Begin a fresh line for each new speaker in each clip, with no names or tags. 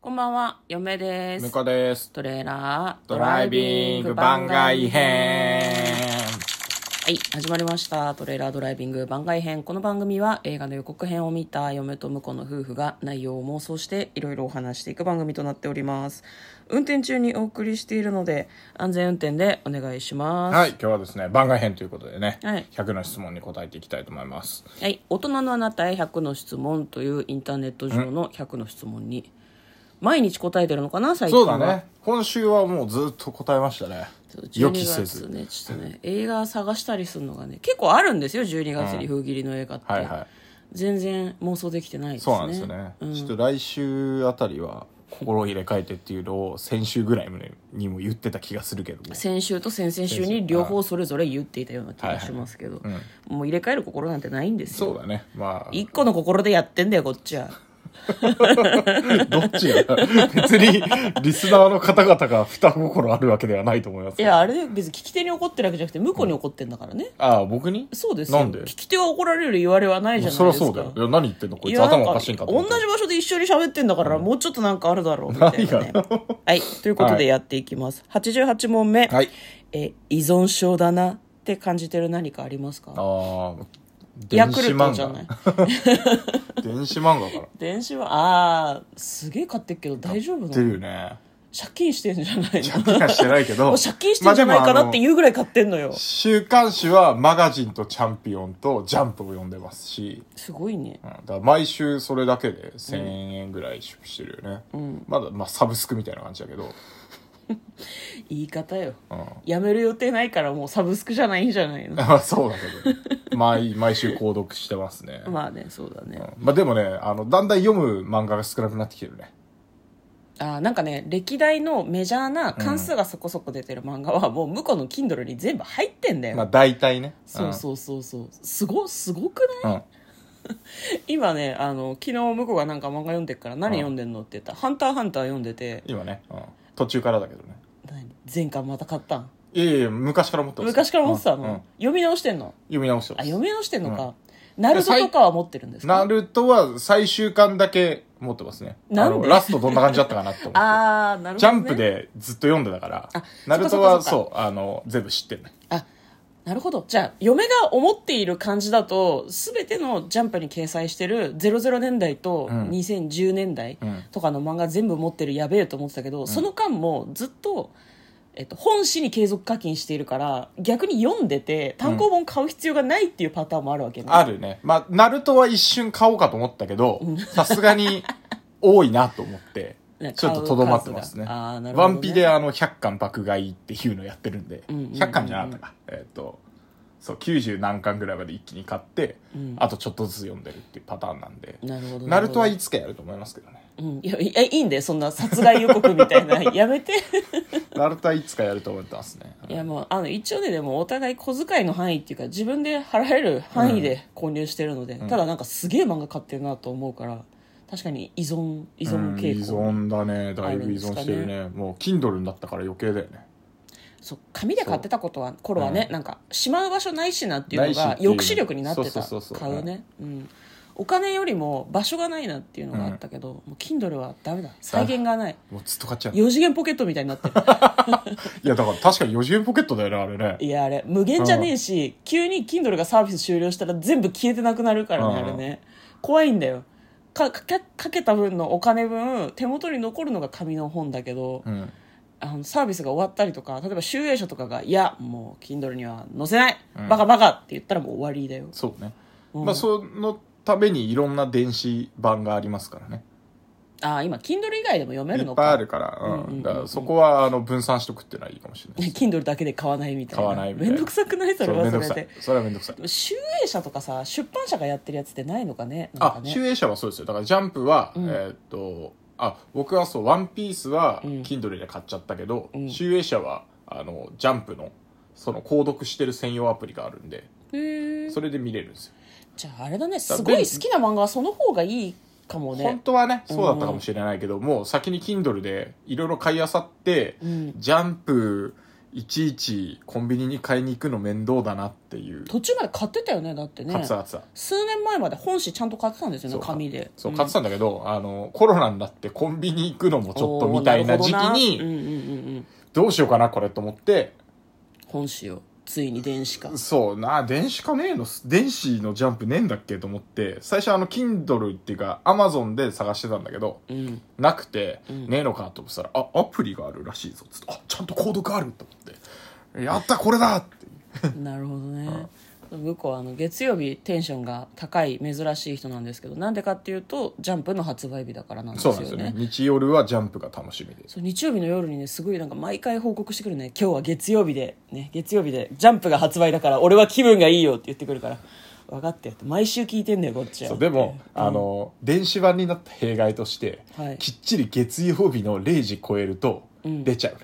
こんばんは、嫁です。
向こうです。
トレーラード
ドライビング番外編。
はい、始まりました。トレーラードライビング番外編。この番組は映画の予告編を見た嫁と婿の夫婦が内容を妄想していろいろお話していく番組となっております。運転中にお送りしているので安全運転でお願いします。
はい、今日はですね、番外編ということでね、
はい
100の質問に答えていきたいと思います。
はい、大人のあなたへ100の質問というインターネット上の100の質問に毎日答えてるのかな最近
そ
は
うだね。今週はもうずっと答えましたね。予期せず
12月。ねちょっとね映画探したりするのがね結構あるんですよ12月に封切りの映画って、
はいはい。
全然妄想できてないですね
そうなんですよね。ちょっと来週あたりは心を入れ替えてっていうのを先週ぐらいにも言ってた気がするけども。
先週と先々週に両方それぞれ言っていたような気がしますけど、もう入れ替える心なんてないんです
そう
よ
だね。ま
一個の心でやってんだよこっち は
あ、どっちが、別にリスナーの方々が二心あるわけではないと思います
い。やあれ別に聞き手に怒ってるわけじゃなくて向こうに怒ってんだからね、
ああ、僕に
そうですよ
なんで
聞き手が怒られる言われはないじゃないです
そ
か
りゃそうだよ。いや、何言ってんのこい
い
つ
やなん
頭
か
おかしいんかと
同
思っ
じ
た
場所で一緒に喋ってんだから、もうちょっとなんかあるだろうみたいなね
何が
はいということでやっていきます、88問目、
はい。
え依存症だなって感じてる何かありますか
ああ、
ヤ
電
ク
子
ルト
漫
じゃない
画。電子漫画から。
電子はああすげえ買ってるけど大丈夫な
出る
の
よね。
借金してんじゃない
借金はしてないけ
の
ど。
もう借金してんじゃないか
まあで
な
も
っていうぐらい買ってんのよ
あの週刊誌はマガジンとチャンピオンとジャンプを読んでますし、
すごいね
うんだから毎週それだけで1000円ぐらい出費してるよね。まだ、まあサブスクみたいな感じだけど、
言い方よ
うん
やめる予定ないからもうサブスクじゃないんじゃないの
まあそうだけど、毎、毎週購読してますね。
まあねそうだね
まあでもね、あの、だんだん読む漫画が少なくなってきてるね。
あーなんかね歴代のメジャーな関数がそこそこ出てる漫画はもう向こうの Kindle に全部入ってんだよ、
まあ大体ね。
そうそうそうそうすごすごく
うん。うん。
ない 今ねあの昨日向こうがなんか漫画読んでるから何読んでんのって言ったら「ハンターハンター」読んでて
今ね、うん、途中からだけどね
何前回また買ったん
いやいや昔から持ってます
昔から持ってたの、
うんうん
読み直してんの
読み直して
あ
ます
読み直してんのか、ナルトとかは持ってるんです
ナ
か
ルトは最終巻だけ持ってますね
なんで
あのラストどんな感じだったかなって思っ て
あーなるほど、ね、
ジャンプでずっと読んでたから
あ
ナルトは
そ
そうあの全部知ってるね
あなるほどじゃあ嫁が思っている感じだと全てのジャンプに掲載してる00年代と
うん
2010年代
うん
とかの漫画全部持ってるやべえと思ってたけど、その間もずっと、えっと、本誌に継続課金しているから逆に読んでて単行本買う必要がないっていうパターンもあるわけね、
あるねまあナルトは一瞬買おうかと思ったけどさすがに多いなと思って
ね
ちょっととどまってますね
買う数があーなるほど
ワ
ね
ンピであの100巻爆買いっていうのやってるんで、
うんうんうんうん
100巻じゃなかったかえっ、とそう90何巻ぐらいまで一気に買って、
うん
あとちょっとずつ読んでるっていうパターンなんで
なるほど
ナルトは
なる
いつかやると思いますけどね
ほどうん、いやいやいいんだよそんな殺害予告みたい なやめて
ナルトはいつかやると思ってますね
いやもうあの一応ねでもお互い小遣いの範囲っていうか自分で払える範囲で購入してるので、ただなんかすげえ漫画買ってるなと思うから確かに依存依存
うん依
傾向、
存だねだいぶ依存してる
あるんで
ねもう Kindle になったから余計だよね
そう紙で買ってたことは頃はね、なんかしまう場所ないしなっていう
な
の
いしっ
が
ていう
抑止力になってた
そうそうそうそう
買うね、うん、お金よりも場所がないなっていうのがあったけど、もう Kindle はダメだ再現がない
もうずっと買っちゃう
4次元ポケットみたいになってる
いやだから確かに4次元ポケットだよねあれね
いやあれ無限じゃねえし、急に Kindle がサービス終了したら全部消えてなくなるからね、
うん
あれね怖いんだよかかけかけた分のお金分手元に残るのが紙の本だけど、
うん
あのサービスが終わったりとか例えば集英社とかが「いやもう Kindle には載せない、
うん
バカバカ」って言ったらもう終わりだよ
そうね、
うん
まあそのためにいろんな電子版がありますからね
ああ今 Kindle 以外でも読め
い
る
っ
の
ぱい
か
あるから、うん
うんうんうん
だからそこはあの分散しとくっていうのはいいかもしれないです
Kindle だけで買わないみたいな
買わないみたいな
めんどくさく ないそれ
うめ
はそ
んどく
れ
さ
で
いそれはめんどくさい
でも集英社とかさ出版社がやってるやつってないのかねなんか
あ
ね
集英社はそうですよだからジャンプは、
うん
えーっとあ僕はそう「ワンピースは
うん
Kindle で買っちゃったけど、
うん
集英社はあのジャンプのその購読してる専用アプリがあるんで
へえ
それで見れるんですよ、
じゃああれだねすごい好きな漫画はその方がいいかも
本
ね、
当はねそうだったかもしれないけど、もう先に Kindle でいろいろ買いあさって、
うん、
ジャンプいちいちコンビニに買いに行くの面倒だなっていう
途中まで買ってたよねだってね
買ってた買ってた
数年前まで本紙ちゃんと買ってたんですよ
そ
ね
う
紙で
そう
うん
買ってたんだけど、あのコロナになってコンビニ行くのもちょっとみたいな時期
おー
に
るほどなうんうんうんうん、
どうしようかなこれと思って
本紙をついに電子化
そうな電子化ねえの電子のジャンプねえんだっけと思って最初あの Kindle っていうか Amazon で探してたんだけど
うん
なくて、
うん
ねえのかと思ってたらあアプリがあるらしいぞっつってあちゃんとコードがあると思ってやったこれだって
なるほど ね向こうはあの月曜日テンションが高い珍しい人なんですけどなんでかっていうとジャンプの発売日だからなんです
そ
よ
うなんですよね日夜はジャンプが楽しみで
そう日曜日の夜にねすごいなんか毎回報告してくるね今日は月曜日で、ね、月曜日でジャンプが発売だから俺は気分がいいよって言ってくるから分かってよって毎週聞いてんだよこっちは
そうでも、あの電子版になった弊害として、
はい
きっちり月曜日の0時超えると
ん
出ちゃうね、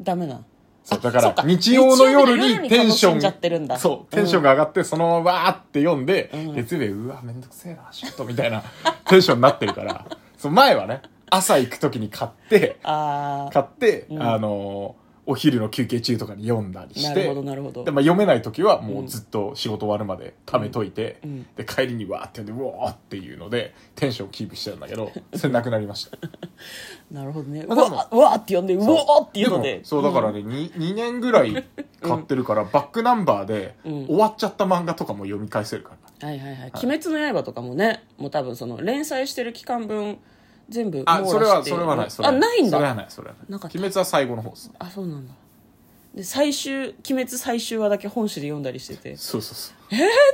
ダメな
そうだ
あ
か
そう
ら
か
日曜の夜
日曜の夜
に
に
テンショ
楽しんじゃってるん
ン
だ
そう
うん
テンションが上がってそのままわーって読んで、月曜日うわめんどくせえな仕事みたいなテンションになってるからそう前はね朝行く時に買って
ああ
買って、あのお昼の休憩中とかに読んだりして
なるほどなるほど
で、まあ、読めない時はもうずっと仕事終わるまで貯めといて、
うんうん
で帰りにわーって読んでうおーっていうのでテンションをキープしてたんだ けどそれなくなりました
なるほどねう
まあでも
わうわーって呼んでうおーって言うの
で
で
もそうだからね、二2年ぐらい買ってるから、バックナンバーで
うん
終わっちゃった漫画とかも読み返せるから、
はいはいはい「鬼滅の刃」とかもねもう多分その連載してる期間分全部網羅
あそれは
して
それはないそれ
あ
は
ないん
それは
だ
ないそれはない
なかった
鬼滅は最後の方ですね
あそうなんだで最終「鬼滅」最終話だけ本誌で読んだりしてて
そうそうそう
「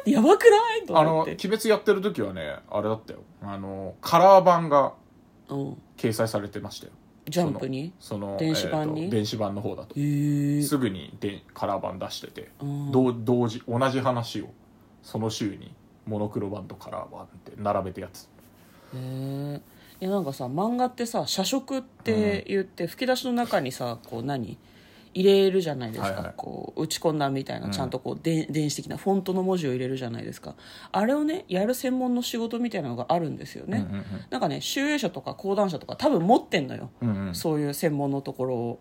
やばくない?」と
あの
思っ
鬼
て
滅やってる時はねあれだったよあのカラー版が
うん
掲載されてましたよ
ジャンプに
その
電子版に
えーと電子版の方だと
へえ
すぐにでカラー版出してて、
うん
同同時同じ話をその週にモノクロ版とカラー版って並べてやつ
へえいやなんかさ漫画ってさ社食って言って、吹き出しの中にさこう何入れるじゃないですか、
はいはい
こう打ち込んだみたいな、
うん
ちゃんとこうで電子的なフォントの文字を入れるじゃないですかあれをねやる専門の仕事みたいなのがあるんですよね、
うんうんうん
なんかね集英社とか講談社とか多分持ってんのよ、
うんうん
そういう専門のところを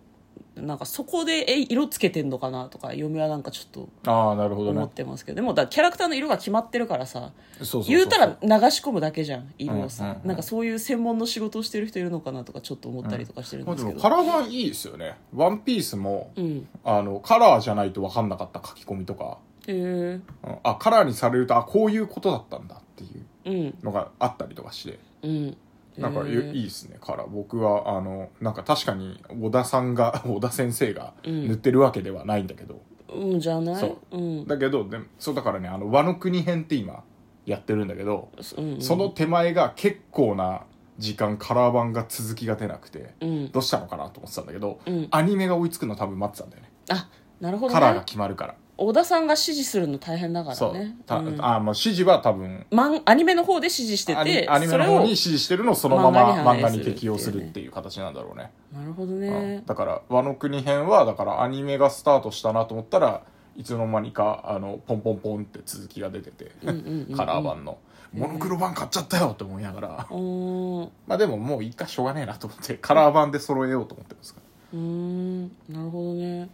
なんかそこでえ色つけてんのかなとか嫁はなんかちょっと
ああなるほど
思
ね
ってますけど、でもだからキャラクターの色が決まってるからさ
そうそうそう
言うたら流し込むだけじゃん色をさ、
うんうんうん
なんかそういう専門の仕事をしてる人いるのかなとかちょっと思ったりとかしてるん
まあ
で
です
けど、
もカラー版いいですよね「ワンピースも、
うん
あのカラーじゃないと分かんなかった書き込みとか、
へ
うんあカラーにされるとあこういうことだったんだっていう
えうん
のがあったりとかして
うん
なんか
へ
い
え
いですねカラー僕はあのなんか確かに小田さんが 小田先生が
うん
塗ってるわけではないんだけど、
うんじゃない、
そう
ん
だけどでもそうだからねあの和の国編って今やってるんだけど、
うん、
その手前が結構な時間カラー版が続きが出なくて
うん
どうしたのかなと思ってたんだけど、
うん
アニメが追いつくの多分待ってたんだよね
あなるほど、
カラーが
ね、
決まるから
小田さんが指示するの大変だか
そ
ら
う、
ね
た
うん
あまあ指示は多分
マンアニメの方で指示して
アニ
て
アニ
そ
メの
れ
方
を
に指示してるのをそのまま
漫画に反映
漫画に
するっていうね
適用するっていう形なんだろうね
なるほど
う
ね
んだから和の国編はだからアニメがスタートしたなと思ったらいつの間にかあのポンポンポンって続きが出てて、
んうんうん
カラー版の、モノクロ版買っちゃったよと思いながら、
うーんう
まあでももう一回しょうがねえなと思ってカラー版で揃えようと思ってますから
ーんなるほどね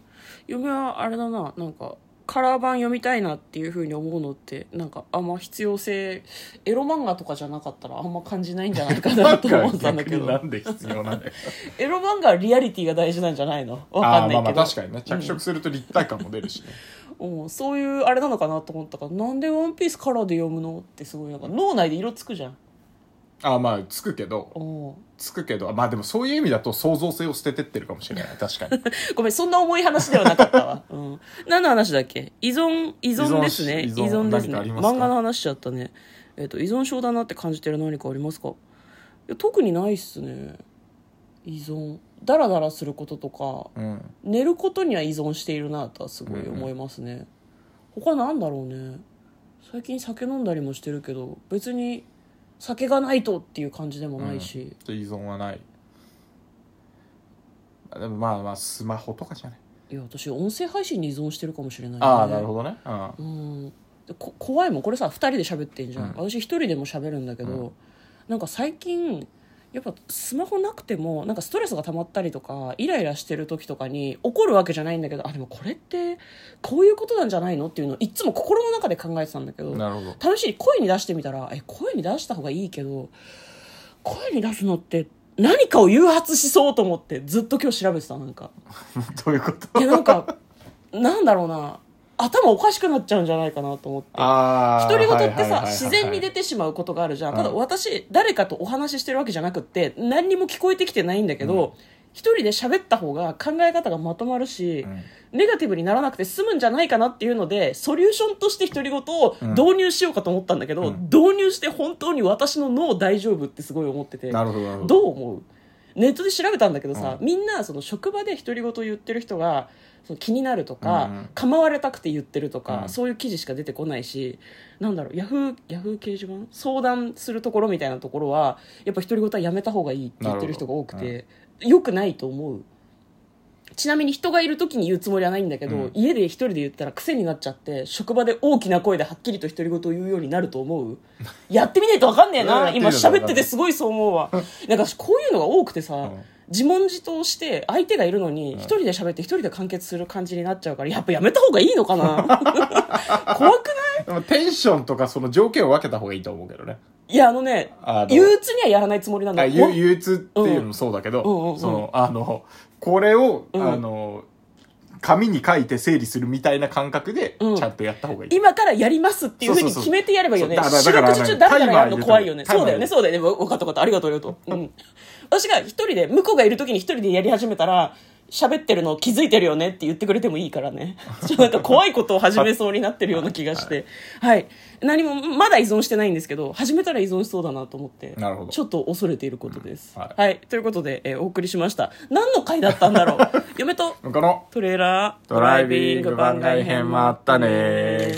嫁はあれだななんかカラー版読みたいなっていうふうに思うのってなんかあんま必要性エロ漫画とかじゃなかったらあんま感じないんじゃないか なと思ってたんだ け
な
ど
んで必要なんだよ
エロ漫画はリアリティが大事なんじゃないの わかんないけど
あーまあまあ確かにね着色すると立体感も出るしね、
うん、そういうあれなのかなと思ったからなんで「ワンピースカラーで読むのってすごいなんか脳内で色つくじゃん
ああまあつくけど
おー
つくけどまあでもそういう意味だと創造性を捨ててってるかもしれない確か に
ごめん、そんな重い話ではなかった わ。うん。何の話だっけ依存、依存ですね。依
依
存
存
ですね。
何かありますか
漫画の話しちゃったね。えっ、と、依存症だなって感じてる何かありますかいや特にないっすね。依存。ダラダラすることとか、
うん
寝ることには依存しているなとはすごい思いますね。他なんだろうね。最近酒飲んだりもしてるけど、別に酒がないとっていう感じでもないし。
うん依存はないあでもまあまあスマホとかじゃない、
いや、私、音声配信に依存してるかもしれない、ね。
ああなるほどね、うん
うんでこ怖いもんこれさ2人で喋ってんじゃん、
うん
私1人でも喋るんだけど、なんか最近やっぱスマホなくてもなんかストレスが溜まったりとかイライラしてる時とかに怒るわけじゃないんだけどあでもこれってこういうことなんじゃないのっていうのをいつも心の中で考えてたんだけど
なるほど
試しに声に出してみたらえ声に出した方がいいけど声に出すのって何かを誘発しそうと思ってずっと今日調べてたなんか
どういうこ
い
と
やなんかなんだろうな頭おかしくなっちゃうんじゃないかなと思って
ああ
独り言ってさ自然に出てしまうことがあるじゃん、
うん
ただ私誰かとお話ししてるわけじゃなくって何にも聞こえてきてないんだけど、一人で喋った方が考え方がまとまるし、ネガティブにならなくて済むんじゃないかなっていうのでソリューションとして独り言を導入しようかと思ったんだけど、
うん
導入して本当に私の脳大丈夫ってすごい思ってて
なるほどなるほど
どう思うネットで調べたんだけどさ、
う
みんなその職場で独り言を言ってる人がその気になるとか、
うん
構われたくて言ってるとか、
うん
そういう記事しか出てこないしなんだろうヤフーヤフー掲示板相談するところみたいなところはやっぱ独り言はやめた方がいいって言ってる人が多く
な
て、よくないと思うちなみに人がいる時に言うつもりはないんだけど、
うん
家で一人で言ったら癖になっちゃって職場で大きな声ではっきりと独り言を言うようになると思うやってみないと分かんねえ
いや
な
やってみ
今
ないと分かんない
喋っててすごいそう思うわなんか私こういうのが多くてさ、
うん
自問自答して相手がいるのに一人で喋って一人で完結する感じになっちゃうからやっぱやめた方がいいのか な怖くない
でもテンションとかその条件を分けた方がいいと思うけどね
いやあのね
あの
憂鬱にはやらないつもりなんだ
あ
よ
ゆ憂鬱っていうのもそうだけど、
うんうんうんうん
そのあのこれを、
うん
あの紙に書いて整理するみたいな感覚で
うん
ちゃんとやった方がいい、
今からやりますっていうふう
そう
に
そうそ
決
う
めてやればいいよね
そうだから
仕
だから
事中誰からやるの怖いよね
タイ
そ
マ
う
ー
だよ
入れ
ね
て
そうだよね分かった分かったありがとうありがとう、うん、私が一人で向こうがいる時に一人でやり始めたら喋ってるの気づいてるよねって言ってくれてもいいから ねちょっとなんか怖いことを始めそうになってるような気がしてはい何もまだ依存してないんですけど始めたら依存しそうだなと思って
なるほど
ちょっと恐れていることです、
うんは
はい、ということで、えーお送りしました何の回だったんだろう 嫁と
この
トレーラー
ドライビング番外編もあったね